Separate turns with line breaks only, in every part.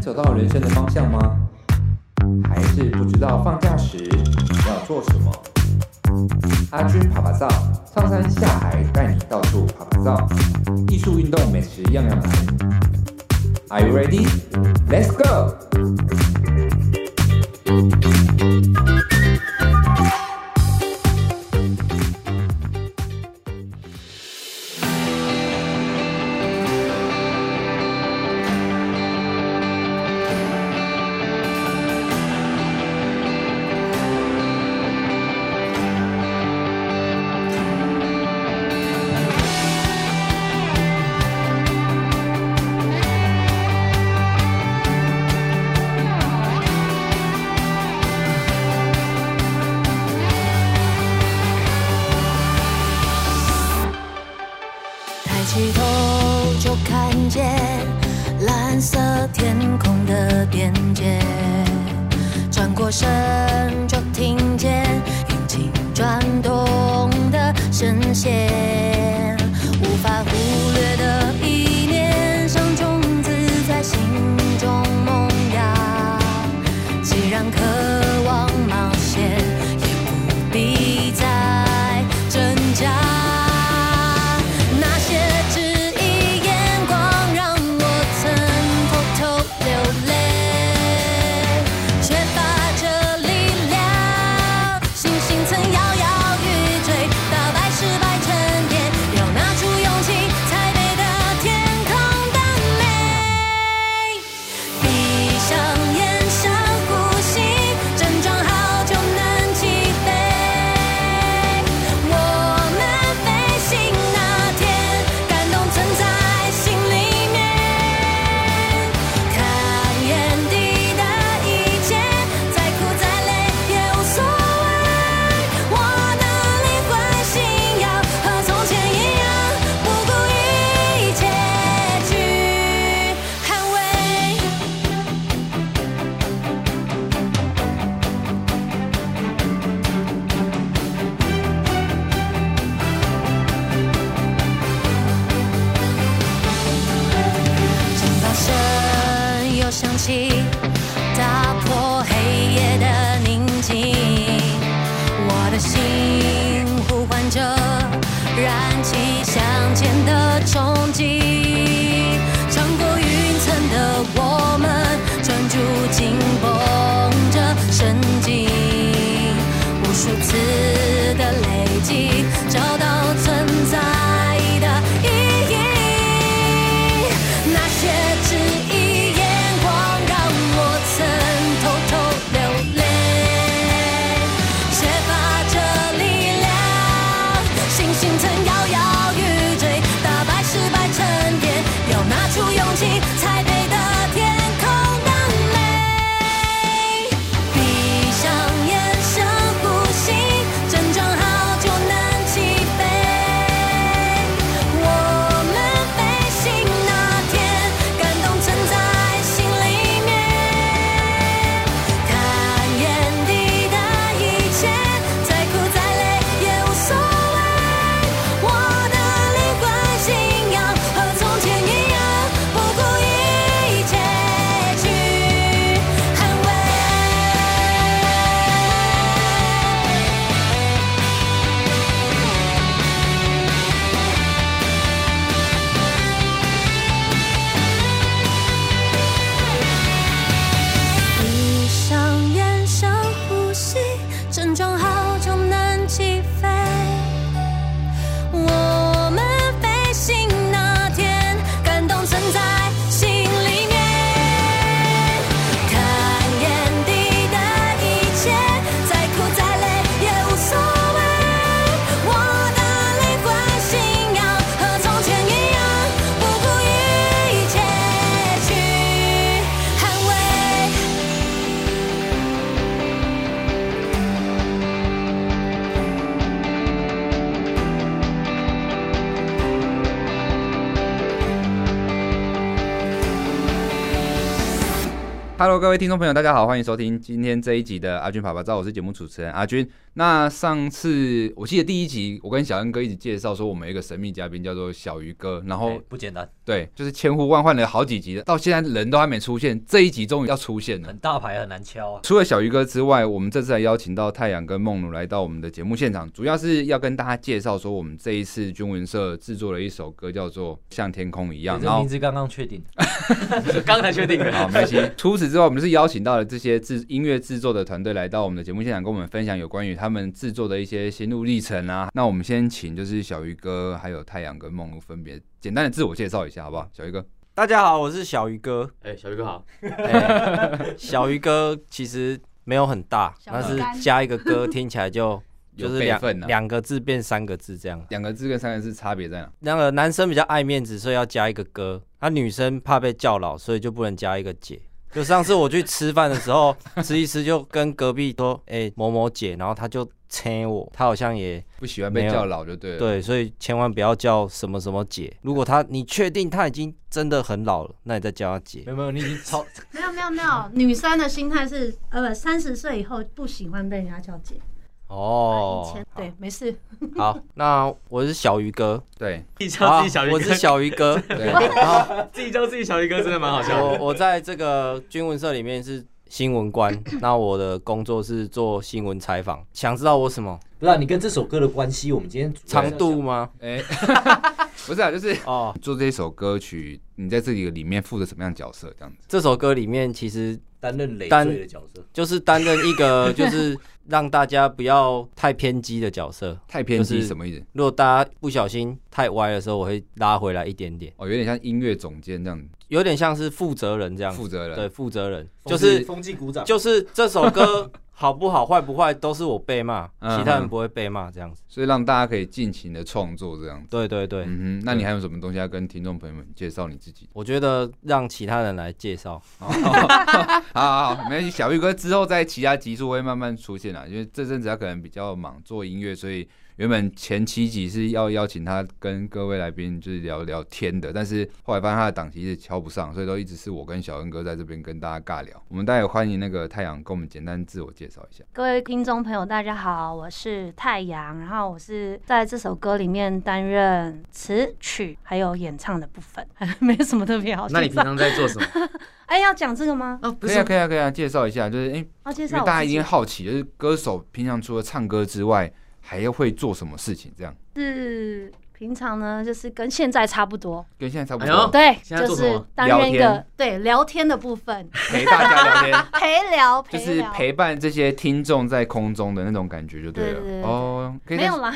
走到人生的方向吗？还是不知道放假时要做什么？阿军爬爬照，上山下海带你到处爬爬照，艺术、运动、美食样样来。Are you ready? Let's go!
抬起头就看见蓝色天空的边界，转过身就听见引擎转动的声线，无法忽略的一念，像种子在心中萌芽。既然渴望冒险，也不必再挣扎。那些质疑眼光，让我曾偷偷流泪。缺乏这力量，星星曾摇摇欲坠，打败失败沉淀，要拿出勇气，才美得天空的美。闭上眼，深呼吸，症状好就能起飞。我们飞行那天，感动存在心里面。看眼底的一切，再苦再累也无所谓。我的灵魂信仰和从前一样，不顾一切去捍卫。警报声又响起，打破黑夜的宁静。我的心呼唤着，燃起向前的冲击。穿过云层的我们，专注紧绷着神经，无数次的累积，找到存在的意义。那些质疑眼光，让我曾偷偷流泪。缺乏这力量，星星曾摇摇欲坠，打败失败沉淀，要拿出勇气，才配得天空的美。闭上眼，深呼吸，症状好就能起飞。我们飞行那天，感动存在心里面。看眼底的一切，再苦再累也无所谓。我的灵魂信仰和从前一样，不顾一切去捍卫。闭上眼，深呼吸，症状好就能起飞。我们飞行那天，感动存在心里面。看眼底的一切，再苦再累也无所谓。我的灵魂信仰和从前一样，不顾一切去捍卫。
Hello，各位听众朋友，大家好，欢迎收听今天这一集的阿军爸爸照，我是节目主持人阿军。
那上次我记得第一集，我跟小恩哥一起介绍说，我们有一个神秘嘉宾叫做小鱼哥，然后
哎不简单，
对，就是千呼万唤了好几集了，到现在人都还没出现，这一集终于要出现了。
很大牌很难敲啊。
除了小鱼哥之外，我们这次还邀请到太阳跟梦露来到我们的节目现场，主要是要跟大家介绍说，我们这一次军文社制作了一首歌，叫做《像天空一样》，
这
然
个
后
名字刚刚确定，刚才确定的。
好，没关系。除此之外，我们是邀请到了这些制音乐制作的团队来到我们的节目现场，跟我们分享有关于他们制作的一些心路历程啊。那我们先请就是小鱼哥还有太阳跟梦露分别简单的自我介绍一下，好不好？小鱼哥，
大家好，我是小 鱼哥。
哎、小鱼哥好，
哎小鱼哥其实没有很大，
小鱼
但
干
是加一个哥听起来 就
有
就是
辈
两
分啊
两个字变三个字这样。
两个字跟三个字差别在哪？
那个男生比较爱面子，所以要加一个哥；那、女生怕被叫老，所以就不能加一个姐。就上次我去吃饭的 时候，吃一吃就跟隔壁说：“哎、某某姐。”然后他就切我，他好像也
不喜欢被
没有
叫老就对了。
对，所以千万不要叫什么什么姐。如果他你确定他已经真的很老了，那你再叫他姐
没。有没有，你已经超
没有没有没有，女生的心态是呃不，三十岁以后不喜欢被人家叫姐。
哦，
啊以前对，没事。
好，那我是小鱼哥，
对
自己叫
好啊
自己小鱼哥，
我是小鱼 哥。
对，
然后
自己叫自己小鱼哥，真的蛮好笑
我
的。
我在这个军文社里面是新闻 官，那我的工作是做新闻采访。想知道我什么
不是你跟这首歌的关系，我们今天
长度吗？
哎、 不是啊，就是
哦，
做这首歌曲，你在这里里面负责什么样的角色？这样子，
这首歌里面其实
担任累
单
赘的角色，
就是担任一 个就是让大家不要太偏激的角色。
太偏
就
激
是
什么意思？
如果大家不小心太歪的时候，我会拉回来一点点，
哦，有点像音乐总监这样子，
有点像是负责人这样
负
子。
责人。哦
对，负责人就是
风纪鼓掌，
就是这首 歌好不好、坏不坏，都是我被骂，
嗯
其他人不会被骂这样子。
所以让大家可以尽情的创作这样子。
对对对，
嗯哼，那你还有什么东西要跟听众朋友们介绍你自己？
我觉得让其他人来介绍。
好好好，没关系，小玉哥之后在其他集数会慢慢出现啦，因为这阵子他可能比较忙做音乐，所以原本前七集是要邀请他跟各位来宾就是聊聊天的，但是后来发现他的档期一直敲不上，所以都一直是我跟小恩哥在这边跟大家尬聊。我们待会欢迎那个太阳跟我们简单自我介绍一下。
各位听众朋友，大家好，我是太阳，然后我是在这首歌里面担任词曲还有演唱的部分， 没什么特别好介绍。
那你平常在做什么？
哎，要讲这个吗？
啊，不
可以啊，可以啊，可以啊，介绍一下，就是哎、
要介
因为
绍
大
我
家
自
一
己
定好奇，就是歌手平常除了唱歌之外，还要会做什么事情？这样
是平常呢，就是跟现在差不多，
跟现在差不
哎呦
多，
对，
现在
就
做什么
是担任一
聊
个
天
对聊天的部分， 啊
陪大家聊天。
陪聊，
就
陪
是
聊，
陪伴这些听众在空中的那种感觉就对了。
对对对
哦，可以
没
再
有啦，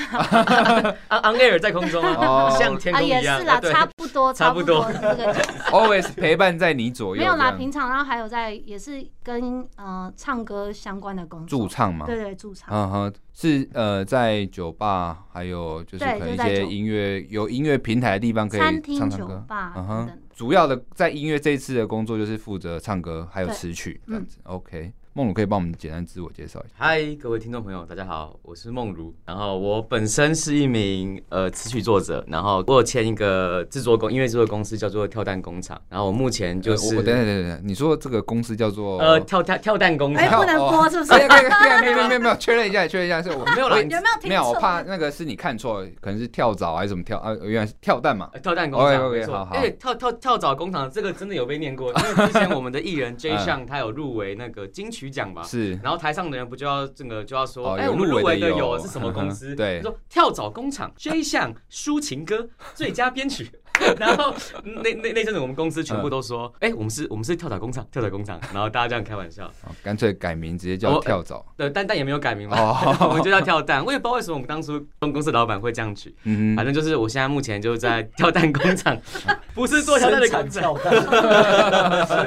昂 on air 在空中啊，
哦
像天
啊
空
也
一样。
是啦，
对
差不多，
差
不
不
多
多
是这个角色
always 陪伴在你左右。
没有啦，
这样
平常然后还有在也是跟呃唱歌相关的工作，
驻唱嘛。
对对驻唱，
嗯哼，是呃，在酒吧，还有就是
对
可能一
就在
些
酒
音乐有音乐平台的地方可以
餐厅、
唱唱
酒
歌。
吧
嗯
等等
哼
的，
主要的在音乐这一次的工作就是负责唱歌还有
对
词曲这样子。OK，梦鲁可以帮我们简单自我介绍一下。
嗨，各位听众朋友，大家好，我是梦如。然后我本身是一名呃词曲作者，然后我有签一个制作公音乐制作公司叫做跳蛋工厂。然后我目前就
呃
是
我我等等等等等，你说这个公司叫做
呃跳跳跳蛋工
哎
厂
不，能播是不是
哎呀可以可以可以没 有没有没有，确认一下，确认一下，是我
没有啦
我
你
有没有听
没有，我
错
怕那个是你看错，了，可能是跳蚤还是什么跳啊？原来是跳蛋嘛。
呃跳蛋工厂
OK，OK，
没错
好好
而且跳跳跳蚤工厂这个真的有被念过，因为之前我们的 艺人 J
嗯
项他有入围那个金曲奖吧？
是，
然后台上的人不就要这个就要说，
哦
哎、
有
我们
入围
入围
的
的
有
有是什么公 司？
对
他说跳蚤工 厂 J 项抒情歌最佳编曲。 然后那那那阵子我们公司全部都说，
嗯
哎、我们是我们是跳蚤工厂，跳蚤工厂。然后大家这样开 玩笑，
哦干脆改名直接叫
哦
跳蚤。
对，但但也没有改名嘛， 我
哦，
们就叫跳蛋。我也不知道为什么我们当初公司老板会这样取，
嗯
反
哼，
正就是我现在目前就是在跳蛋工厂， 不是做跳蛋的工厂，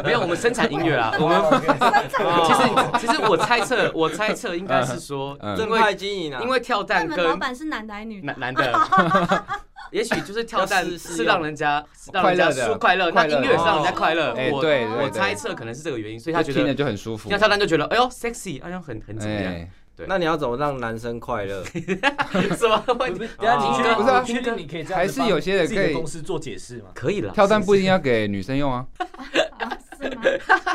没有我们生产音乐
哦
啊，我们。其 实，其实我猜测，我猜测应该是说，
嗯
因
正
为
派经营啊，
因为跳
那
蛋
你们老
跟
板是男的还是女的？
男男的， 也许就是跳蛋
要试试
是让人家是让
哦
人
快
家
乐的
舒快乐，那
快乐
音乐也是让人家快乐。
哎，
我
对
我
对
猜
对，
测可能是这个原因，所以他
就
觉
听了
得
就很舒服
那。跳蛋就觉得，哎呦，sexy，哎呦，很很怎么 样？
哎，
那你要怎么让男生快 乐？
什 么问题？
等一下你
哦
确定
不是啊
你确定你可以这样
还
子
是
帮
有些人
自己的
可以
公司做解释吗？
可以了，
跳蛋
是
不一定要给女生用啊。
啊是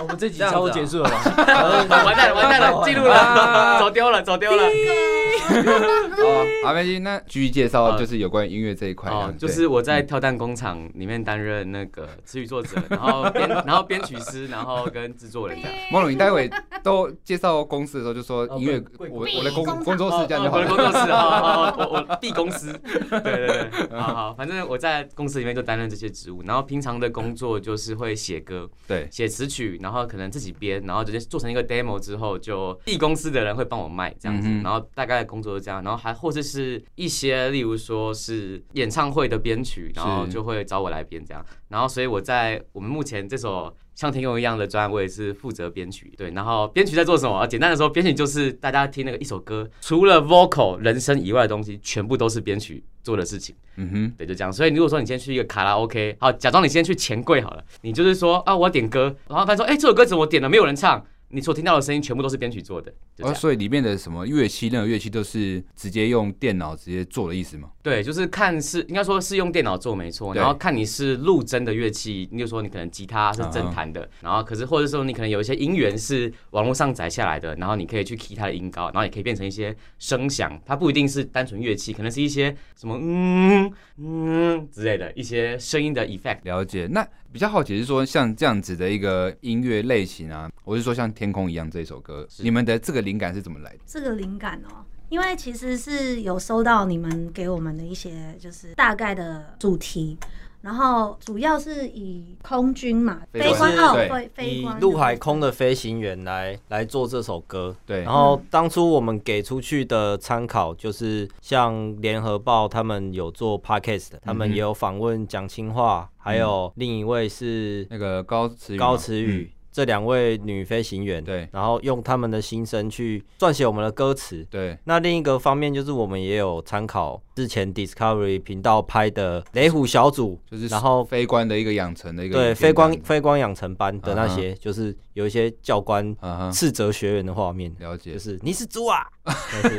我们这集
这样
差
子
不
啊
多结束了吧？
完蛋了，完 蛋了，记录
啊
了，走丢了，走丢了。
哦，好，没关系。那继续介绍就是有关于音乐这一块
啊
啊
哦
的，，
就
对
是我在跳蛋工厂里面担任那个词语作者，然后编，然后编曲师，然后跟制作人这样。
梦龙，你待 会都介绍公司的时候就说
哦
音乐，
贵贵
我
贵
我的工
工厂
工作室这样就好
我的工
了。
作室啊，哦哦我我 B 公司，对对对，好好，反正我在公司里面就担任这些职务，然后平常的工作就是会写歌，
对，
写词曲，然后可能自己编，然后直接做成一个 demo 之后，就 B 公司的人会帮我卖这样子
嗯，哼
然后大概的工作是这样，然后还或者是一些例如说是演唱会的编曲，然后就会找我来编这样，然后所以我在我们目前这首。像天空一样的专案，我也是负责编曲。对，然后编曲在做什么？简单的说，编曲就是大家听那个一首歌，除了 vocal 人声以外的东西，全部都是编曲做的事情。
嗯哼，
对，就这样。所以如果说你先去一个卡拉 OK，好，假装你先去钱柜好了，你就是说啊，我要点歌，然后发现说，哎、这首歌怎么点了没有人唱？你所听到的声音全部都是编曲做的，就这
哦，
样。
所以里面的什么乐器，任何乐器都是直接用电脑直接做的意思吗？
对，就是看是应该说是用电脑做没错，
对
然后看你是录真的乐器，例如说你可能吉他是
嗯
真弹的，然后可是或者说你可能有一些音源是网络上载下来的，然后你可以去 key 它的音高，然后也可以变成一些声响，它不一定是单纯乐器，可能是一些什么嗯嗯之类的一些声音的 effect。
了解。那比较好奇是说，像这样子的一个音乐类型啊，我是说像《天空一样》这一首歌，你们的这个灵感是怎么来的？
这个灵感哦，因为其实是有收到你们给我们的一些就是大概的主题，然后主要是以空军嘛，
飞
飞
官
官哦，
对
对，飞
以
官
陆海空的飞行员来来做这首歌。
对
然，后当初我们给出去的参考就是，像联合报他们有做 podcast，的
嗯
他们也有访问讲清话，还有另一位是
那个高嗯词
高驰宇、这两位女飞行员，
对
然后用他们的心声去撰写我们的歌词。
对，
那另一个方面就是，我们也有参考之前 Discovery 频道拍的《雷虎小组》，
就是
然后
飞官的一个养成的一个
对
影片
飞光
这样子
飞光养成班的那些，就是有一些教官
嗯哼，
斥责学员的画面，
了解
就。是你是猪啊，就是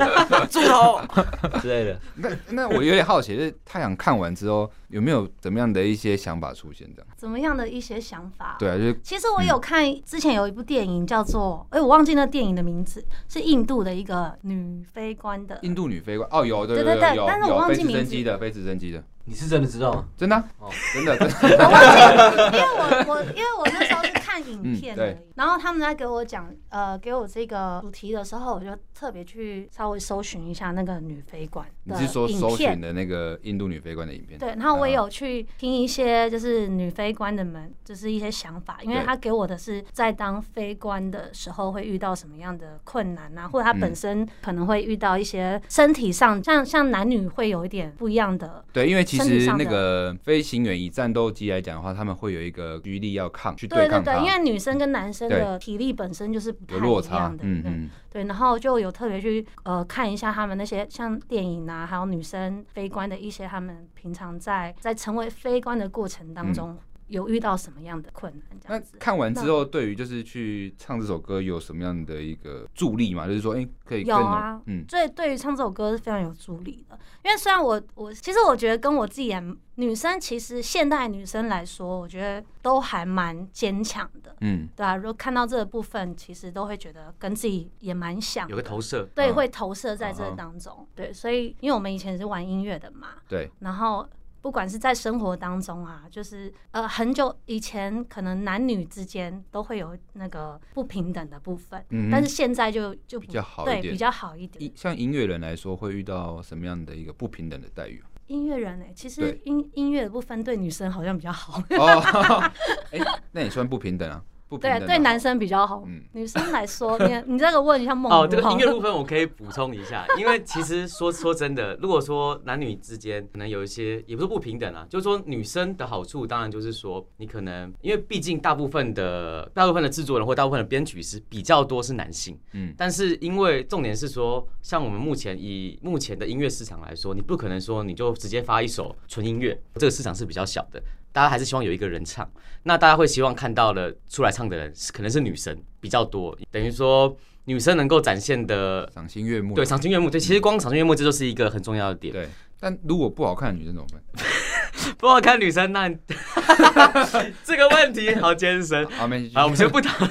猪 头之类的。
那那我有点好奇，就是太阳看完之后有没有怎么样的一些想法出现？这样
怎么样的一些想法？
对啊，就是
其实我有看之前有一部电影叫做，哎、我忘记那电影的名字，是印度的一个女飞官的，
印度女飞官哦，有对
对
对
对对
有
但是我
有
忘
飞
记
直升
名字
机的，飞直升机的，
你是真的知道吗？
真的啊
哦
真的真的
因为我我因为我那时候是看影片
嗯
而
对
已，然后他们在给我讲呃给我这个主题的时候，我就特别去稍微搜寻一下那个女飞官
你
的
是说
影
搜寻
片。
的那个印度女飞官的影片？
对，然后我也
啊
有去听一些就是女飞官的们，就是一些想法，因为
对
他给我的是在当飞官的时候会遇到什么样的困难啊，或者他
嗯
本身可能会遇到一些身体上，像像男女会有一点不一样的
对，因为其
身体
实
上
那
的
个飞行员以战斗机来讲的话，他们会有一个余力要抗去
对
抗它，
对，因为女生跟男生的体力本身就是不太
有
一
落差
样，的，
嗯
对
嗯，
对，然后就有特别去呃看一下他们那些像电影啊，还有女生飞官的一些他们平常在在成为飞官的过程当中、有遇到什么样的困难，这
那
样子。
看完之后，对于就是去唱这首歌有什么样的一个助力嘛？就是说，哎、可以更
有啊
嗯，
所以对于唱这首歌是非常有助力的，因为虽然我我其实我觉得跟我自己也女生，其实现代女生来说，我觉得都还蛮坚强的，
嗯，
对啊，如果看到这个部分，其实都会觉得跟自己也蛮像的，
有个投射，
对，
嗯
会投射在这
嗯哼
当中。对，所以因为我们以前是玩音乐的嘛，
对，嗯
然后不管是在生活当中啊，就是呃很久以前可能男女之间都会有那个不平等的部分，
嗯哼
但是现在就就不
比较好一
对
点
比较好一点
音。像音乐人来说，会遇到什么样的一个不平等的 待遇？
音乐人哎、其实
对
音音乐的部分对女生好像比较好，
哦，哎、那也算不平等啊，不平
对
等、啊。
对男生比较好，
嗯
女生来说，你你这个问一下 梦
哦，
如
这个
好
音乐
了
部分我可以补充一下， 因为其实说说真的，如果说男女之间可能有一些，也不是不平等啊，就是说女生的好处，当然就是说你可能因为毕竟大部分的大部分的制作人或大部分的编曲师比较多是男性，
嗯
嗯，但是因为重点是说，像我们目前以目前的音乐市场来说，你不可能说你就直接发一首纯音乐，这个市场是比较小的。大家还是希望有一个人唱，那大家会希望看到的出来唱的人是可能是女生比较多，等于说女生能够展现的
赏心悦目，
对赏心悦目，对，其实光赏心悦目这就是一个很重要的点。
对。但如果不好看的女生怎么办？
不过看女生那 这个问题好艰深。
好，没
啊，我 们先不谈，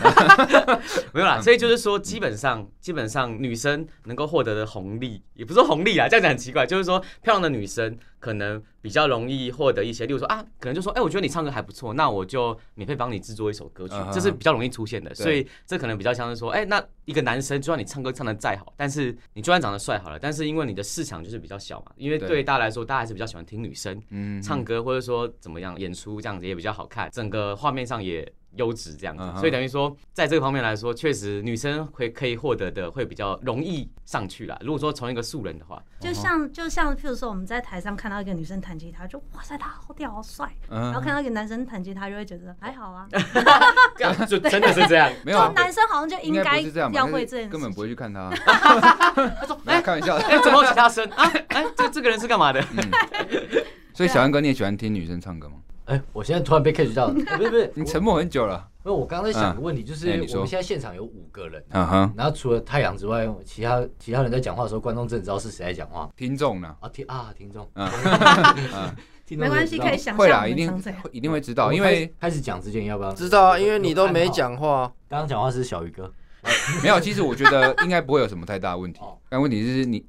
没有啦。
嗯
所以就是说，基本上基本上女生能够获得的红利，也不是说红利啊，这样讲很奇怪。就是说，漂亮的女生可能比较容易获得一些，例如说啊，可能就说，哎、我觉得你唱歌还不错，那我就免费帮你制作一首歌曲
嗯哼，
这是比较容易出现的。
对
所以这可能比较像是说，哎、那一个男生，就算你唱歌唱的再好，但是你就算长得帅好了，但是因为你的市场就是比较小嘛，因为
对
对大家来说，大家还是比较喜欢听女生，
嗯
唱歌或者说怎么样演出这样子也比较好看，整个画面上也优质这样子，
嗯哼
所以等于说在这个方面来说，确实女生会可以获得的会比较容易上去啦。如果说从一个素人 的话，
就像就像，譬如说我们在台上看到一个女生弹吉他，就哇塞，她好屌，好帅。
嗯
然后看到一个男生弹吉他，就会觉得还好啊，
就真的是这样。
没有啊
就男生好像就应
该
该
不是这样吧？
要
但
会
是
这件事，
根本不会去看 他。啊
他说：“
没有
哎、
开玩笑的。
哎，怎么有吉他声啊？哎，这这个人是干嘛的？
嗯所以
啊
小安哥，你也喜欢听女生唱歌吗？
哎，我现在突然被 catch 到了，哎不是不是，
你沉默很久了。
因为我刚才想个问题，就
哎
是
你说
我们现在现场有五个人，
啊
嗯哼，
然后除了太阳之外，其他其他人在讲话的时候，观众真的知道是谁在讲话吗
听众呢？
啊？听啊，听众
嗯，
听众
没关系，
真的
可以
知
想
会
象
啦，
我
一
们
定
常这样。
会一定会知
道
道，因为
开始讲之前要不要？
知道啊，因为你都没讲话，
刚刚讲话是小鱼哥，
没有。其实我觉得应该不会有什么太大的问题
哦。
但问题是你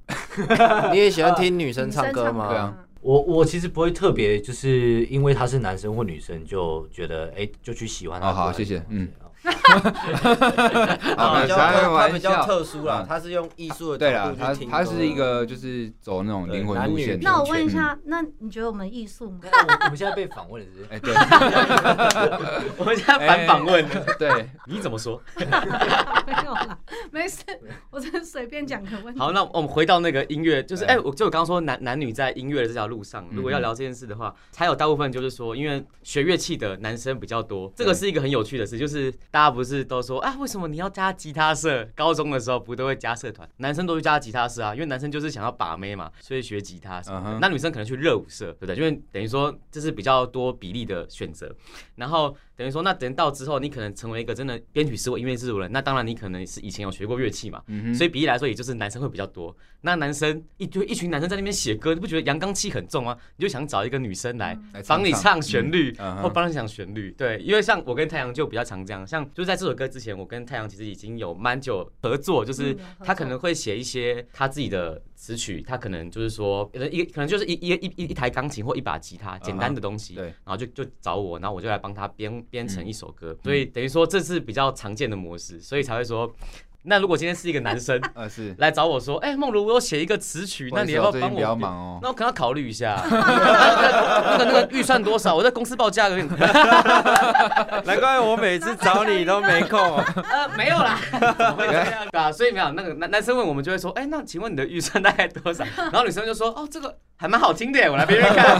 你也喜欢听女生
女
唱歌
对
吗？
啊
嘛，
我我其实不会特别，就是因为他是男生或女生就觉得哎、就去喜欢他。
哦好谢谢嗯。
他啊比较
啊开个
他
玩
比较
笑。嗯
特殊啦，他是用艺术
对
的角
啦，他
度去听歌。
他是一个就是走那种灵魂路线的。
对
那我问一下，那你觉得我们艺术吗？
那我我们现在被访问了是不是？
哎，对
我们现在反访问，
对，
你怎么说？
没有啦， 没事，我只是随便讲个问题。
好，那我们回到那个音乐，就是
哎
哎、我就我刚刚说男男女在音乐的这条路上，如果要聊这件事的话，还有大部分就是说，因为学乐器的男生比较多，这个是一个很有趣的事，就是大家不是都说啊，为什么你要加吉他社？高中的时候不都会加社团，男生都去加吉他社啊，因为男生就是想要把妹嘛，所以学吉他什么
嗯
的
哼
那女生可能去热舞社，对不对？因为等于说这是比较多比例的选择，然后等于说那等到之后，你可能成为一个真的编曲师或音乐制作人，那当然你可能是以前有学过乐器嘛，
嗯哼
所以比例来说，也就是男生会比较多。那男生一堆一群男生在那边写歌，你不觉得阳刚气很重吗？你就想找一个女生来
嗯来唱
帮你
唱
唱旋律，
嗯嗯哼
或帮你讲旋律。对，因为像我跟太阳就比较常这样，像就是在这首歌之前，我跟太阳其实已经有蛮久合作，就是
嗯有合
他
作
可能会写一些他自己的词曲，他可能就是说，可能一可能就是一一一一一台钢琴或一把吉他，简单的东西，
对
然后就就找我，然后我就来帮他编编成一首歌。所以等于说这是比较常见的模式，所以才会说。那如果今天是一个男生，
呃是。
来找我说，哎、梦如，我有写一个词曲，那你要不
最
要帮
近
我？
比较忙哦。
那我可能要考虑一下， 那个那个预算多少？我在公司报价有点，
难怪我每次找你 都没空。
呃，没有 啦，怎么会这样啊？所以没有那个男男生问我们就会说，哎、那请问你的预算大概多 少？然后女生就说，哦，这个还蛮好听的耶， 我来别人看。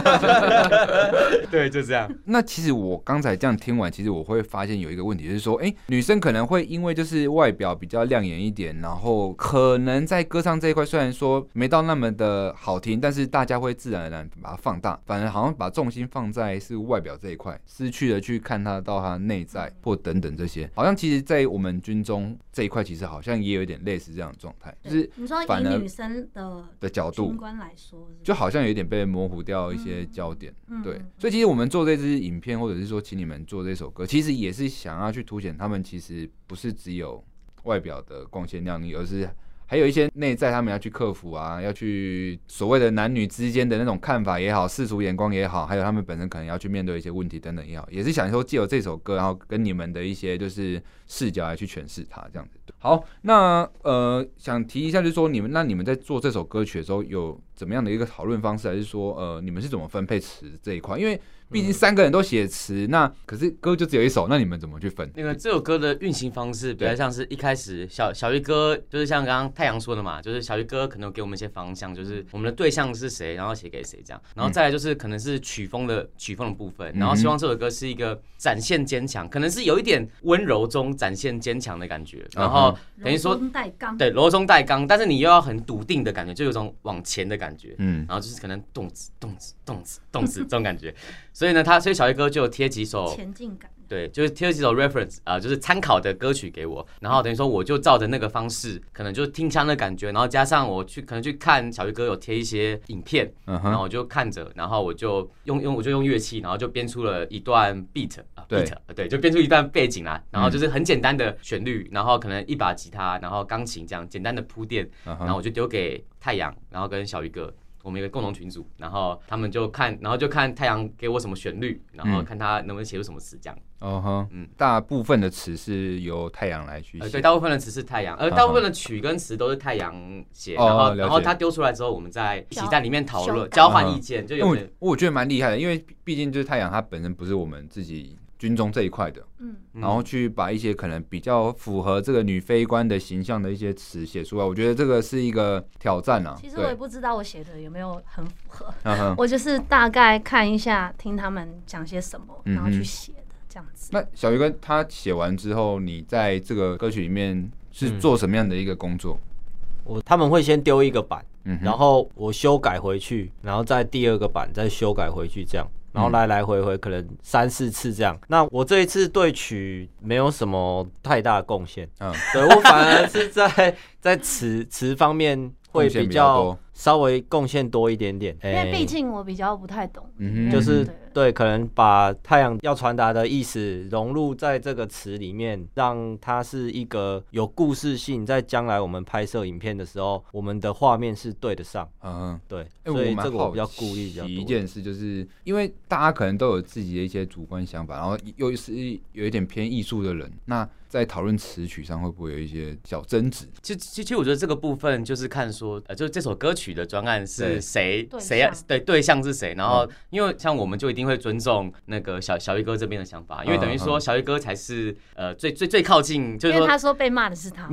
对，就这样。
那其实我刚才这样听完，其实我会发现有一个问题，就是说，哎、女生可能会因为就是外表比较亮眼一点，然后可能在歌唱这一块虽然说没到那么的好听，但是大家会自然而然把它放大，反而好像把重心放在是外表这一块，失去了去看她到她内在或等等这些，好像其实，在我们军中这一块，其实好像也有一点类似这样的状态，就是
对你说
反
以
而
女生的
的角度
军。官来说，是不是
就好像有点被模糊掉一些焦点，
嗯
对
嗯，
所以其实我们做这支影片，或者是说请你们做这首歌，其实也是想要去凸显他们其实不是只有外表的光鲜亮丽，而是还有一些内在他们要去克服啊，要去所谓的男女之间的那种看法也好，世俗眼光也好，还有他们本身可能要去面对一些问题等等也好，也是想说借由这首歌，然后跟你们的一些就是视角来去诠释它这样子。好，那呃，想提一下，就是说你们那你们在做这首歌曲的时候，有怎么样的一个讨论方式，还是说呃，你们是怎么分配词这一块？因为毕竟三个人都写词，那可是歌就只有一首，那你们怎么去分？
那个这首歌的运行方式比较像是一开始小小鱼哥，就是像刚刚太阳说的嘛，就是小鱼哥可能给我们一些方向，就是我们的对象是谁，然后写给谁这样，然后再来就是可能是曲风的曲风的部分，然后希望这首歌是一个展现坚强，可能是有一点温柔中展现坚强的感觉，然后等于
柔
说
中带刚，
对柔中带刚，但是你又要很笃定的感觉，就有种往前的感觉，
嗯，
然后就是可能动子动子动子动子这种感觉，所以呢，他所以小鱼哥就有贴几首
前进感，
对，就是贴了几首 reference 啊、就是参考的歌曲给我，然后等于说我就照着那个方式，可能就是听腔的感觉，然后加上我去可能去看小鱼哥有贴一些影片，
嗯
然后
哼，
我就看着，然后我就用用我就用乐器，然后就编出了一段 beat 啊
对嗯
beat 呃对，就编出一段背景啦，然后就是很简单的旋律，然后可能一把吉他，然后钢琴这样简单的铺垫，
嗯
然后
哼，
我就丢给太阳，然后跟小鱼哥，我们有一个共同群组，然后他们就看，然后就看太阳给我什么旋律，然后
嗯
看他能不能写出什么词这样。
哦哼，
嗯
大部分的词是由太阳来去
呃，
写
对，，大部分的词是太阳，
嗯
呃，大部分的曲跟词都是太阳写，
哦
然后
了解
然后他丢出来之后，我们再一起在里面讨
交
论
改
交换意见，就
因
有
为
点
我我觉得蛮厉害的，因为毕毕竟就是太阳，它本身不是我们自己军中这一块的，
嗯，
嗯
然后去把一些可能比较符合这个女飞官的形象的一些词写出来，我觉得这个是一个挑战啊。
其实我也
对，
不知道我写的有没有很符合，
嗯哼。
我就是大概看一下，听他们讲些什么，然后
嗯哼
去写的这样子。
那小鱼哥他写完之后，你在这个歌曲里面
嗯
是做什么样的一个工作？
我他们会先丢一个版，
嗯哼，
然后我修改回去，然后再第二个版再修改回去，这样，然后
嗯
来来回回可能三四次这样。那我这一次对曲没有什么太大的贡献，
嗯
嗯，对我反而是在在词词方面会
贡献
比
比较
较
多
稍微贡献多一点点，因
因
哎
为毕竟我比较不太懂，
嗯哼
就是
对
对，可能把太阳要传达的意思融入在这个词里面，让它是一个有故事性，在将来我们拍摄影片的时候，我们的画面是对得上。
嗯，
对，
哎，
所以
蛮
这个我比较
好
顾虑比较
奇
多。
一件事，就是因为大家可能都有自己的一些主观想法，然后又是有一点偏艺术的人，那在讨论词曲上会不会有一些小争执？
其实，其其实我觉得这个部分就是看说，呃，就是这首歌曲的专案
对
是谁，
对
谁啊
象
对对象是谁。然后，因为像我们就一定会尊重那个小小鱼哥这边的想法，因为等于
嗯
说
嗯
小鱼哥才是呃最最最靠近，就是
因为
说，
他说被骂的是 他，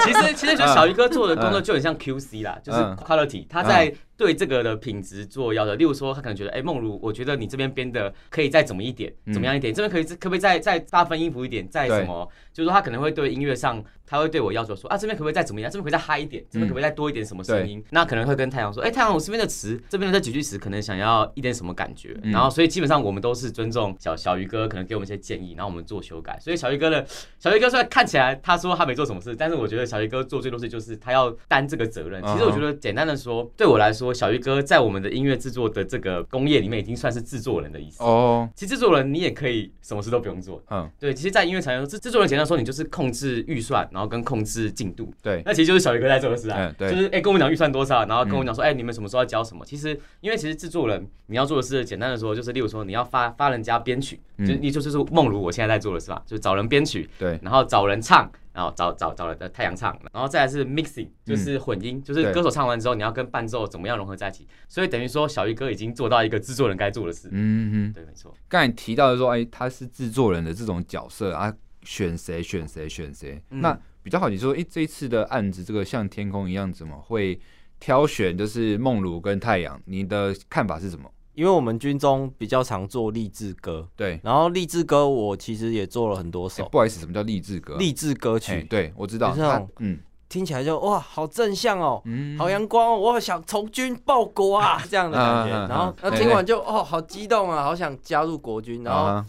其 实其实就小鱼哥做的工作就很像 QC 啦，就是
嗯
quality，他在对这个的品质做要的。例如说，他可能觉得，哎，梦如，我觉得你这边编的可以再怎么一点，
嗯
怎么样一点，这边可以可不可以再再大分音符一点，再
对
什么？就是说他可能会对音乐上，他会对我要求说啊，这边可不可以再怎么样？这边可不可以再嗨一点？这边可不可以
嗯
再多一点什么声音？那可能会跟太阳说，哎、太阳，我这边的词，这边的这几句词，可能想要一点什么感觉。
嗯
然后，所以基本上我们都是尊重小小鱼哥可能给我们一些建议，然后我们做修改。所以小鱼哥的小鱼哥虽然看起来他说他没做什么事，但是我觉得小鱼哥做最多事就是他要担这个责
嗯
任。其实我觉得简单的说，对我来说，小鱼哥在我们的音乐制作的这个工业里面已经算是制作人的意思。
哦，
其实制作人你也可以什么事都不用做，
嗯，
对，其实，在音乐产业，制制作人简单说，你就是控制预算，然后跟控制进度。
对，
那其实就是小鱼哥在做的事啊，
嗯对嗯
就是哎、跟我们讲预算多少，然后跟我们讲说，哎、你们什么时候要交什么。其实，因为其实制作人你要做的事，简单的说，就是例如说你要发发人家编曲，
嗯
就是你就是说梦如我现在在做的是吧？就是找人编曲，
对，
然后找人唱，然后找找找人的太阳唱，然后再来是 mixing，就是混音，就是
嗯对
歌手唱完之后，你要跟伴奏怎么样融合在一起。所以等于说，小鱼哥已经做到一个制作人该做的事。
嗯哼，
对，没错。
刚才提到的说，哎，他是制作人的这种角色啊，选谁选谁选谁，
嗯
那比较好奇说，哎，这一次的案子，这个像天空一样，怎么会挑选就是梦如跟太阳？你的看法是什么？
因为我们军中比较常做励志歌，
对，
然后励志歌我其实也做了很多
哎
首
不好意思，什么叫励志歌？
励志歌
哎
曲，
对，我知道，
就是那
他
种
嗯
听起来就哇好正向哦，
嗯
好阳光哦，我想从军报国啊这样的感觉
啊啊啊。
然后
对
那听完就哦好激动啊，好想加入国军。然后
啊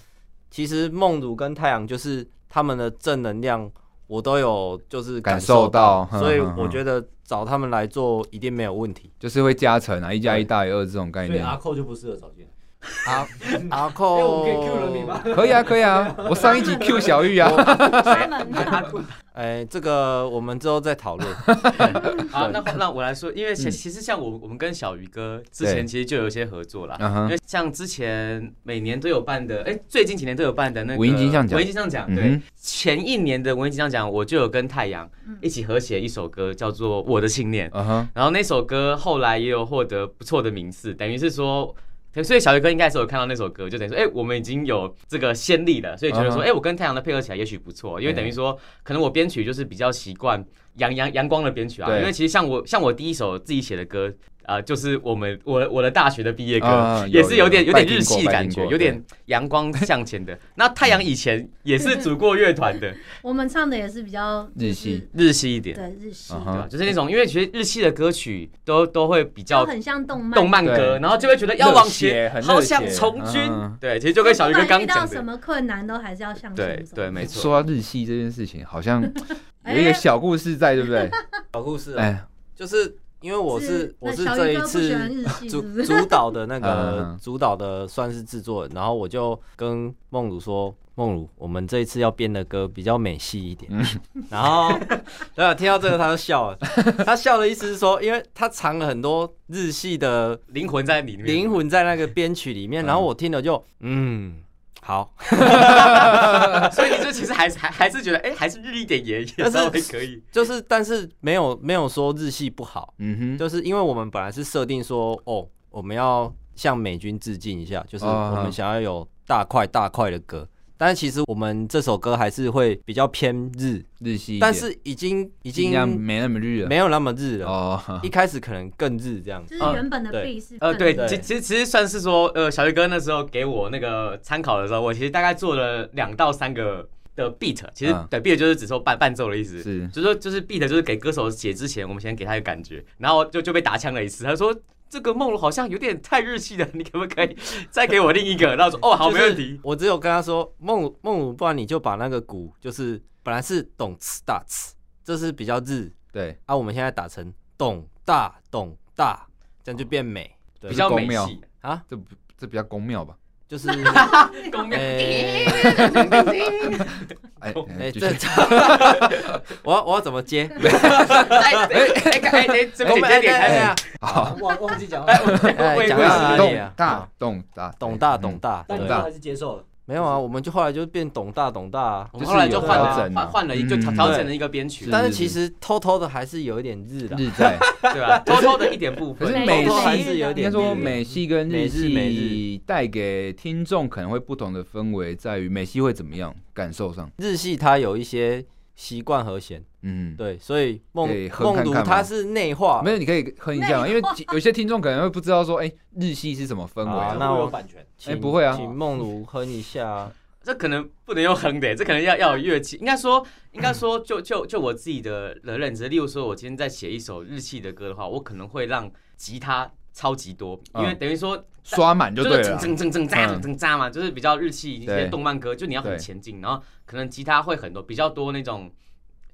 其实梦如跟太阳就是他们的正能量，我都有就是
感
受
受到嗯哼
所以
哼
我
哼
觉得找他们来做一定没有问题。
就是会加成啊，一加一大于二这种概
所以啊
念。
阿寇就不适合找 进来。
阿阿
哎、
扣
我们可以 Q 人名吗？？
可以啊，可以啊，我上一集 Q 小玉啊，
他们
哎，这个我们之后再 讨论。
好，啊那那我来说，因为
嗯
其其实像我我们跟小鱼哥之前
对
其实就有一些合作啦，
嗯哼
因为像之前每年都有办的，哎，最近几年都有办的那个
文艺金像奖
文艺金像奖
嗯
对
哼，
前一年的文艺金像奖我就有跟太阳一起合写一首歌，叫做《我的信念》，
嗯哼，
然后那首歌后来也有获得不错的名次，等于是说。所以小鱼哥应该是有看到那首歌，就等于说，哎、我们已经有这个先例了，所以觉得说，
嗯
哎、我跟太阳的配合起来也许不错，因为
对
等于说，可能我编曲就是比较习惯阳阳阳光的编曲啊，
对
因为其实像我像我第一首自己写的歌，呃，就是我们我我的大学的毕业歌，
啊
也是
有有
点
有
有点
拜
日
听过
系
拜
感
听
觉，
过
有点阳光向前的。那太阳以前也是组过乐团的，
我们唱的也是比较
日系，
日系一点，
对日系
嗯，
对
哼
吧？就是那种因为其实日系的歌曲都都会比
就
较
很像动漫。
动漫歌，
对
然后就会觉得要往前
热血，很热血
好想从军
嗯。
对，其实就跟小鱼哥刚
不管
讲
遇到什
的，
么困难都还是要向前
对
走。
对，没错。
说到日系这件事情，好像
哎
有一个小故事在，对不对？
小故事、啊，
哎，
就是因为我是
那
我是
小
这
鱼
一
哥不喜欢
次
日系是
主
不是？
主导的
嗯
那
嗯
个
嗯
主导的算是制作人，然后我就跟梦如说，梦如，我们这一次要编的歌比较美系一点。
嗯
然后，对啊，听到这个他就笑了，他笑的意思是说，因为他藏了很多日系的
灵魂在里面，
灵魂在那个编曲里面，然后我听了就嗯。好，
所以你就其实还是还还是觉得，哎、还是日一点也也
但是
稍微可以。
就是但是没有没有说日系不好，
嗯哼，
就是因为我们本来是设定说，哦，我们要向美军致敬一下，就是
啊
我们想要有大块大块的歌。但是其实我们这首歌还是会比较偏日，
日系一点，
但是已经已
尽量
经
没那么日了。
没有那么日了。
哦，
一开始可能更日这样
就是原本的 B 是
呃，对，
对
其其实其实算是说，呃，小鱼哥那时候给我那个参考的时候，我其实大概做了两到三个的 beat，其实、
嗯
对 beat 就是只说伴伴奏的意 思，
是
就是说就是 beat 就是给歌手写之前，我们先给他一个感觉，然后就就被打枪了一次，他说。这个梦好像有点太日系了，你可不可以再给我另一个？然后说哦，好，没 问题。
我只有跟他说，梦如梦如，不然你就把那个鼓，就是本来是咚呲大呲，这是比较日
对，
啊，我们现在打成咚大咚大，这样就变美。对
比较
公
美
庙
系，
啊，
这不这比较公庙吧？
就是
公庙
诶
哎
哎，
继
这
续
我要我要怎么接？
哎哎哎哎哎，这个
我
姐
们
姐点开，
啊，
好，
忘忘记讲了，
哎
哎，讲
我也
到
是
哪里
懂
啊？
大懂大
懂大懂，大，
但你
对
都还是接受了。
没有啊？我们就后来就变懂大懂大啊。
我们后来就换了
就是有调整啊
换换了一就调
嗯
调整了一个编曲，
但是其实偷偷的还是有一点日
嗯
的，
日 在。
对吧？偷偷的一点部
可
分
是，
偷
美
偷还
系
是有
应
点
该
日
说
的。
美系跟日
美日美日
系带给听众可能会不同的氛围，在于美系会怎么样感受上，
日系它有一些习惯和弦，
嗯。
对，所以梦
可以哼
梦
看
如
看吗
它是内化
没。有，你可以哼一下嘛，因为其有些听众可能会不知道说，哎、日系是什么氛围、
好
啊
那
会
我
有版权，
请
哎不会啊
请梦如哼一下啊。
这可能不能用哼的，这可能要要有乐器。应该说，应该说，就就就我自己的的认知，例如说，我今天在写一首日系的歌的话，我可能会让吉他超级多，因为
嗯
等于说
刷满就
就
对
是
了。
蹭蹭蹭喳
嗯
蹭喳嘛，就是比较日系一些
对
动漫歌，就你要很
对
前进，然后可能吉他会很多，比较多那种，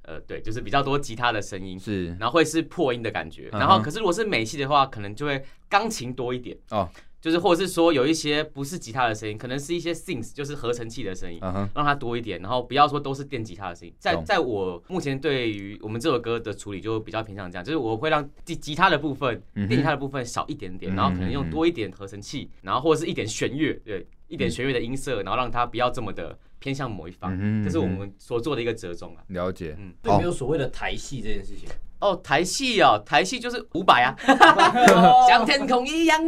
呃，对，就是比较多吉他的声音。
是
然后会是破音的感觉。
嗯哼
然后可是如果是美系的话，可能就会钢琴多一点
哦，
就是或者是说有一些不是吉他的声音，可能是一些 synth，就是合成器的声音。
嗯哼，
让它多一点，然后不要说都是电吉他的声音。在
懂
在我目前对于我们这首歌的处理就比较偏向这样，就是我会让吉吉他的部分、
嗯哼
电吉他的部分少一点点，
嗯
然后可能用多一点合成器，然后或者是一点弦乐，对，一点弦乐的音色，然后让它不要这么的偏向某一
嗯
方。
哼
这是我们所做的一个折中啊。
了解。
嗯
对，没有所谓的台戏这件事情。
哦，台戏哦，台戏就是五百啊，像天空一样，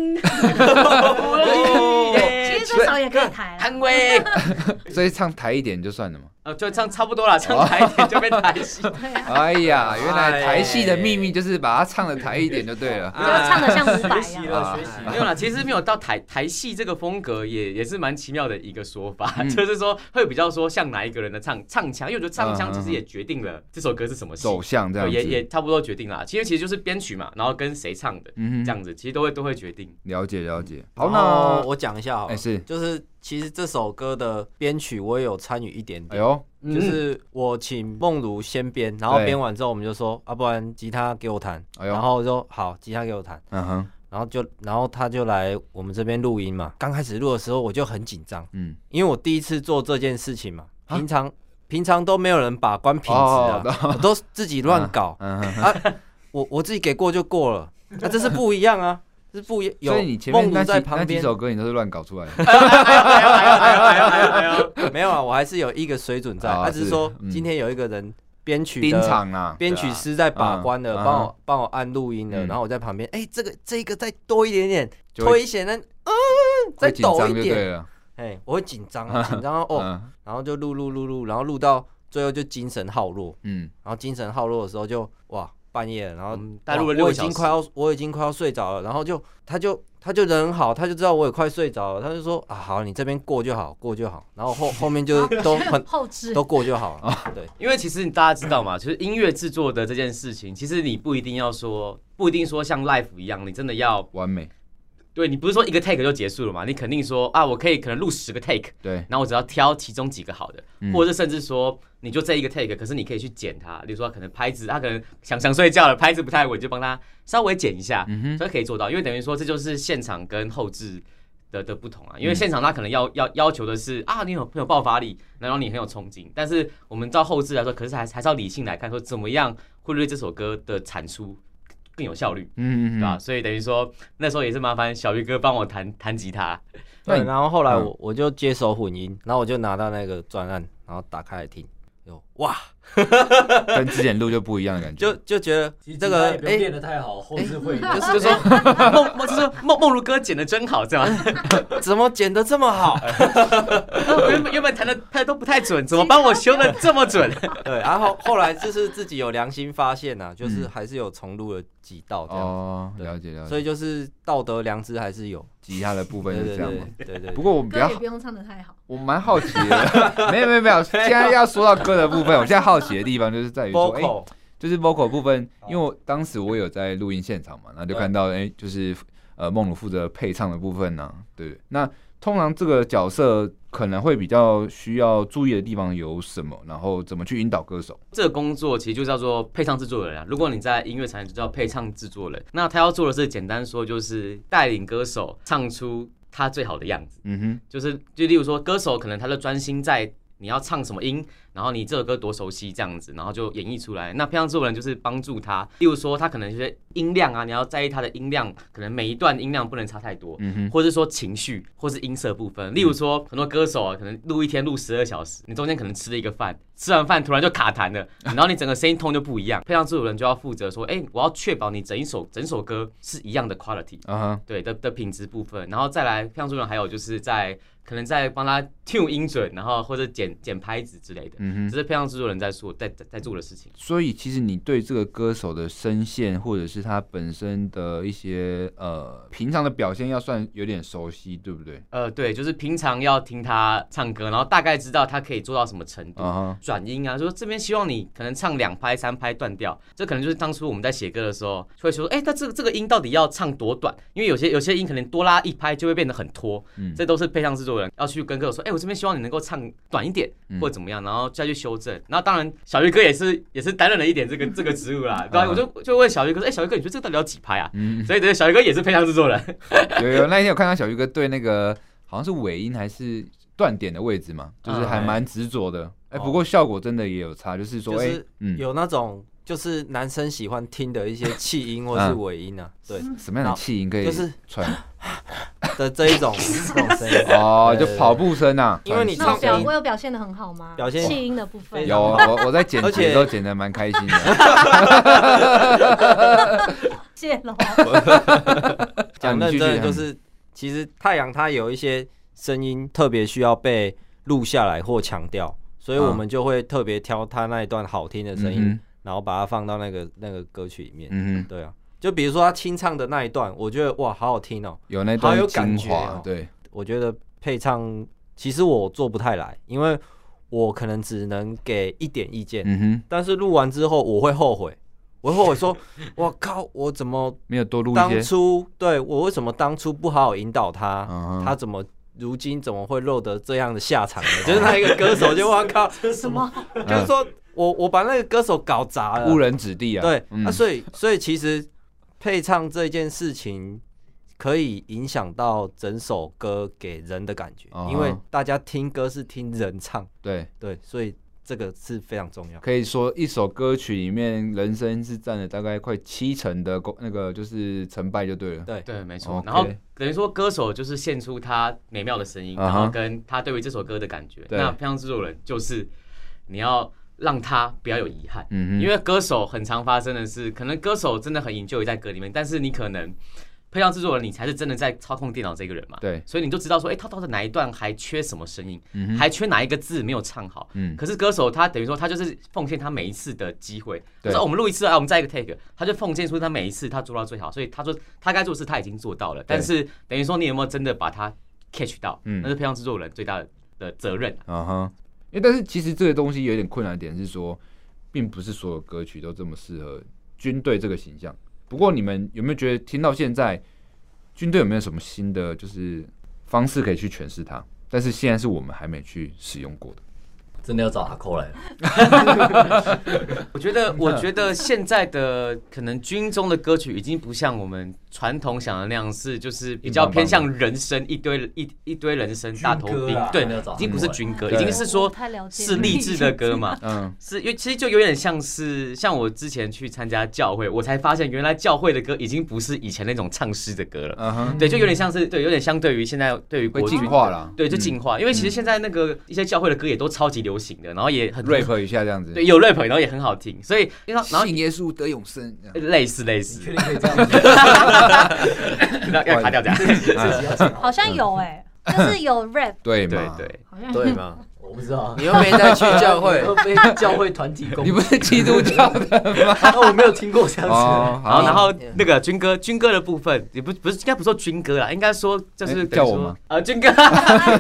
其实多少也可以啊抬啦。
摊位，
嗯
所以唱台一点就算了嘛。
呃，就唱差不多了，唱台一点就变台戏，
哎呀，原来台戏的秘密就是把它唱的台一点就对
啊
了。
就唱的像伍佰啊
学
一
习
啊
样，
了，学习
没
了。
有啦，其实没有到台台戏这个风格也，也是蛮奇妙的一个说法，
嗯
就是说会比较说像哪一个人的唱唱腔，因为我觉得唱腔其实也决定了这首歌是什么戏，
走向这样
哦
对
子，
也也差不多决定了，其实其实就是编曲嘛，然后跟谁唱的、
嗯
这
哼，
样子，其实都会都会决定。
了解了解。好，
然后
那
哦我讲一下好
哎
了，
是，
就是其实这首歌的编曲我也有参与一点
哎
点。
呦，
就是我请梦如先编，然后
对
编完之后我们就说，啊，不然吉他给我弹，
哎
然
呦，
后就好，吉他给我弹，
嗯哼，
然后就然后他就来我们这边录音嘛。刚开始录的时候我就很紧张，
嗯，
因为我第一次做这件事情嘛，平常平常都没有人把关品质
啊哦
啊，我 都自己乱搞，
嗯哼，
我我自己给过就过 了，那这是不一样啊，这是不一有
所以你前面
梦
那
如
几
在
那
旁
几
边，
首歌你都是乱搞出来的。
哎呦 哎呦哎呦哎呦哎呦哎呦！
没有啊，我还是有一个水准在，
啊
他只
是
是说
嗯
今天有一个人编曲
丁
的
场啊，
编曲师在把关的，
对啊
帮、我帮我按录音的，
嗯
然后我在旁边，哎、这个这个再多一点点，
就会
推一些，那嗯，
会
再
紧张就
抖一
对
点，
了。
哎、我会紧张，紧张到哦，
嗯
然后就录录录录，然后录到最后就精神耗弱，
嗯，
然后精神耗弱的时候就哇半夜了，然后
嗯带
哇
入了六
我
个
已
小
经
时
快要我已经快要睡着了，然后就他就他就人很好，他就知道我也快睡着了，他就说啊好，你这边过就好，过就好，然后后后面就都 很
后置
都过就好了，对，
因为其实大家知道嘛，就是音乐制作的这件事情，其实你不一定要说，不一定说像 l i f e 一样，你真的要
完美，
对你不是说一个 take 就结束了嘛？你肯定说啊，我可以可能录十个 take，
对，
然后我只要挑其中几个好的，
嗯
或者是甚至说你就这一个 take，可是你可以去剪它，例如说可能拍子他啊可能想想睡觉了，拍子不太稳，就帮他稍微剪一下，
嗯哼，
所以可以做到，因为等于说这就是现场跟后置的的不
嗯
同啊，因为现场他可能要要要求的是啊，你很很有爆发力，然后你很有冲劲，但是我们到后置来说，可是还是还是要理性来看，说怎么样会对这首歌的产出更有效率，
嗯嗯
对吧？
嗯，
所以等于说那时候也是麻烦小鱼哥帮我弹弹吉他，
那你
对，然后后来我、我就接手混音，然后我就拿到那个专案，然后打开来听，就哇，
跟之前录就不一样的感觉，
就就觉得
其实
这个
吉他也不
哎
用练得太好，后置会
就是哎就说梦梦，就是说梦梦如哥剪的真好，这 样
怎么剪得这么好？
原本原本弹的弹的都不太准，怎么帮我修的这么准？
对，然后后来就是自己有良心发现呐、啊，就是还是有重录了几道这样，
哦，了解了
所
解，
以就是道德良知还是有。
吉他的部
对
分
对
是这样
对
吗？
对对。
不过我比
歌
较
也不用唱的太好，
我蛮好奇的， 没有没有没有，现在要说到歌的部分，我现在好奇的地方就是在于 说，哎、
vocal
就是 vocal 部分，因为我当时我有在录音现场嘛，然后就看到哎、就是呃梦鲁负责配唱的部分呢、对不对？那通常这个角色可能会比较需要注意的地方有什么，然后怎么去引导歌手？
这个工作其实就叫做配唱制作人啊。如果你在音乐产业，就叫配唱制作人。那他要做的是，简单说就是带领歌手唱出他最好的样子。
嗯
就是就例如说，歌手可能他就专心在你要唱什么音，然后你这首歌多熟悉这样子，然后就演绎出来。那配唱制作人就是帮助他，例如说他可能就是音量啊，你要在意他的音量，可能每一段音量不能差太多。
哼，嗯哼，嗯
或是说情绪，或是音色部分。例如说，很多歌手啊，可能录一天录十二小时，你中间可能吃了一个饭，吃完饭突然就卡痰了，然后你整个声音痛就不一样。 配唱制作人就要负责说，哎、我要确保你整一首整首歌是一样的 quality，
啊哈，
对的的品质部分，然后再来配唱制作人还有就是在可能在帮他 tune 音准，然后或者剪剪拍子之类的。
嗯
这
哼。
是配唱制作人在做在在在做的事情，
所以其实你对这个歌手的声线，或者是他本身的一些呃平常的表现，要算有点熟悉，对不对？
呃，对，就是平常要听他唱歌，然后大概知道他可以做到什么程度，
啊哈，
转音啊，说这边希望你可能唱两拍、三拍断掉，这可能就是当初我们在写歌的时候就会说，哎、那这个这个音到底要唱多短？因为有些有些音可能多拉一拍就会变得很拖，
嗯
这都是配唱制作人要去跟歌手说，哎、我这边希望你能够唱短一点
嗯
或者怎么样，然后再去修正。然后当然小鱼哥也是也是担任了一点这个这个职务啦，对、啊，我就就问小鱼哥说，哎、小鱼哥你觉得这个到底要几拍啊？
嗯，
所以等于小鱼哥也是配唱制作人，
有有，那天有看到小鱼哥对那个好像是尾音还是断点的位置嘛，
啊
就是还蛮执着的。哎、不过效果真的也有差，就是说，
哦就
哎、
是
嗯，
有那种就是男生喜欢听的一些气音或是尾音啊，对
什么样的气音可以
就是
传？
的这一种这种声音，
哦，就
对对对
跑步声啊，
因为你
那我
传声
唱
表
音
我有表现的很好吗？
表现
气音的部分
有我我在剪
而
辑的
且
时候剪的蛮开心 的，
谢龙，
讲
啊你继
认
续
真的就
嗯
是，其实太阳它有一些声音特别需要被录下来或强调，所以我
嗯
们就会特别挑它那一段好听的声音，
嗯
然后把它放到那个那个歌曲里面。
嗯哼，
对啊，就比如说他清唱的那一段，我觉得哇，好好听哦。
有那段
好有
精
感觉
华
哦，
对，
我觉得配唱其实我做不太来，因为我可能只能给一点意见，
嗯哼，
但是录完之后我会后悔，我会后 悔说，我靠，我怎么
没有多录一
当
些，
初对我为什么当初不好好引导他？
嗯哼
他怎么如今怎么会落得这样的下 场呢？就是那一个歌手就哇靠，
什么？
就是说我我把那个歌手搞砸了，
误人子弟啊，
呃对，
嗯
啊，所以所以其实配唱这件事情可以影响到整首歌给人的感觉，
哦
因为大家听歌是听人唱，
对，
对，所以这个是非常重要。
可以说一首歌曲里面人声是占了大概快七成的功，那个就是成败就对了，
对，
对，没错。
哦 OK
然后等于说歌手就是献出他美妙的声音，然
啊
后
哈
跟他对于这首歌的感觉。
对
那配唱制作人就是你要让他不要有遗憾，
嗯哼，
因为歌手很常发生的是，可能歌手真的很 enjoy 在歌里面，但是你可能配唱制作人你才是真的在操控电脑这个人嘛。
对，
所以你就知道说，哎、他到底哪一段还缺什么声音，
嗯哼
还缺哪一个字没有唱好。
嗯，
可是歌手他等于说他就是奉献他每一次的机会，就
对
是、哦我们录一次啊，我们再一个 take，他就奉献出他每一次他做到最好，所以他说他该做的事他已经做到了，但是等于说你有没有真的把他 catch 到，
嗯
那是配唱制作人最大的的责任、啊。
啊哈，因为但是其实这个东西有点困难的点是说，并不是所有歌曲都这么适合军队这个形象。不过你们有没有觉得听到现在，军队有没有什么新的就是方式可以去诠释它？但是现在是我们还没去使用过的。
真的要找阿扣来了。
我觉
嗯
得，我觉得现在的可能军中的歌曲已经不像我们传统想的那样，是就是比较偏向人声，一堆一一堆人声大头
军
兵
歌啊，
对
那种，
已经不是军歌，
对
已经是说
我太了解
哦是 励志的歌嘛。
嗯，
是因为其实就有点像是像我之前去参加教会，我才发现原来教会的歌已经不是以前那种唱诗的歌了。
嗯哼，
对，就有点像是对，有点相对于现在对于
会
国
进
军
化啦。嗯
对，就进化，因为其实现在那个一些教会的歌也都超级流行的，然后也很
rap 一下这样子。
对，有 rap，然后也很好听，所以因为它然后哎
信耶稣得永生。这样
类似类似，
嗯
定可以这样子？
要要卡掉这样，
好像
嗯
有
欸
哎、就是 有 rap，
对
对
嘛？
对，
好像
对吗？ 我不知道，啊
你又没再去教 会，
都被教会团体攻
你，不是基 督教的
我没有听过这样子。
哦？
然后然后
嗯
那个军歌军歌的部分也不不是应该不说军歌啦，应该说就是
哎
等于
叫我
说
吗？
呃，军歌。
啊，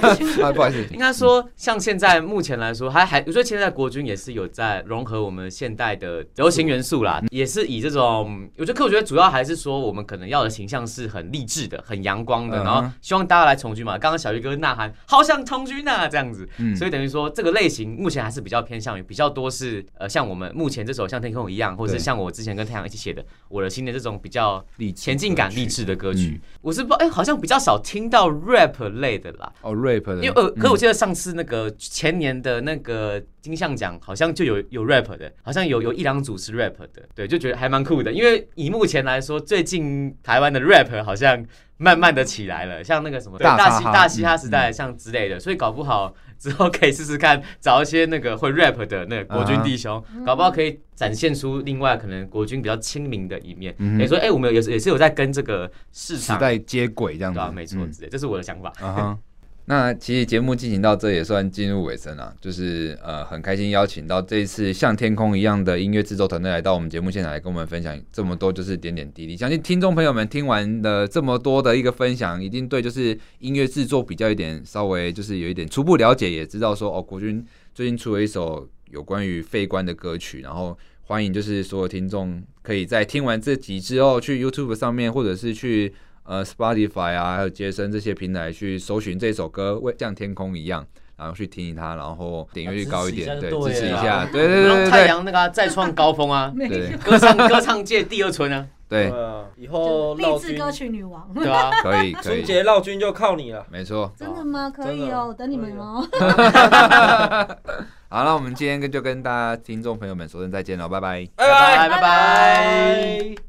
不好意思，
应该说，像现在目前来说，还还，我觉得现在国军也是有在融合我们现代的流行元素
嗯
啦，也是以这种，我觉得可我觉得主要还是说，我们可能要的形象是很励志的、很阳光
嗯
的，
哼
然后希望大家来从军嘛。刚刚小鱼哥呐喊“好想从军呐”这样子，
嗯
所以等于说这个类型目前还是比较偏向于比较多是呃，像我们目前这首像天空一样，或者
对
是像我之前跟太阳一起写的《我的心》的这种比较
励志
前进感、
歌曲嗯
励志的歌曲，我是不知道，哎、好像比较少听到 rap 类的啦。
哦，rap 的，
因为呃，可
嗯
我记得上次那个前年的那个金像奖，好像就有有 rap 的，好像有有一两组是 rap 的，对，就觉得还蛮酷的。因为以目前来说，最近台湾的 rap 好像慢慢的起来了，像那个什么对
大
大
哈
嘻
哈
大嘻哈
嗯
时代，像之类的，所以搞不好之后可以试试看，找一些那个会 rap 的那个国
嗯
军弟兄，搞不好可以展现出另外可能国军比较亲民的一面。
嗯哼
也说，哎，我们也是也是有在跟这个市
时
场对
代接轨这样子
吧？，没错
嗯，
之类，这是我的想法。
啊哈。那其实节目进行到这也算进入尾声了，就是呃很开心邀请到这一次像天空一样的音乐制作团队来到我们节目现场来跟我们分享这么多就是点点滴滴，相信听众朋友们听完的这么多的一个分享，一定对就是音乐制作比较有点稍微就是有一点初步了解，也知道说哦国军最近出了一首有关于废官的歌曲，然后欢迎就是所有听众可以在听完这集之后去 YouTube 上面或者是去呃 Spotify 啊，还有杰森这些平台去搜寻这首歌，为像天空一样，然后去听一它，然后点阅率高一点，
啊
对，
支持
支持
一下就对
一
了
下，对对
让
对
太
对
阳那个啊再创高 峰啊！
没
对对
歌唱歌唱界第二春啊，
对对，
啊，以后
励
绕
志
军，
歌曲女王，
对吧、啊？
可以可
春
以，
节绕军就靠你了。
没错。
真的吗？可以哦，等你们哦。
好， 那我们今天就跟大家听众朋友们说声再见了，拜拜。
拜拜。
拜拜。拜拜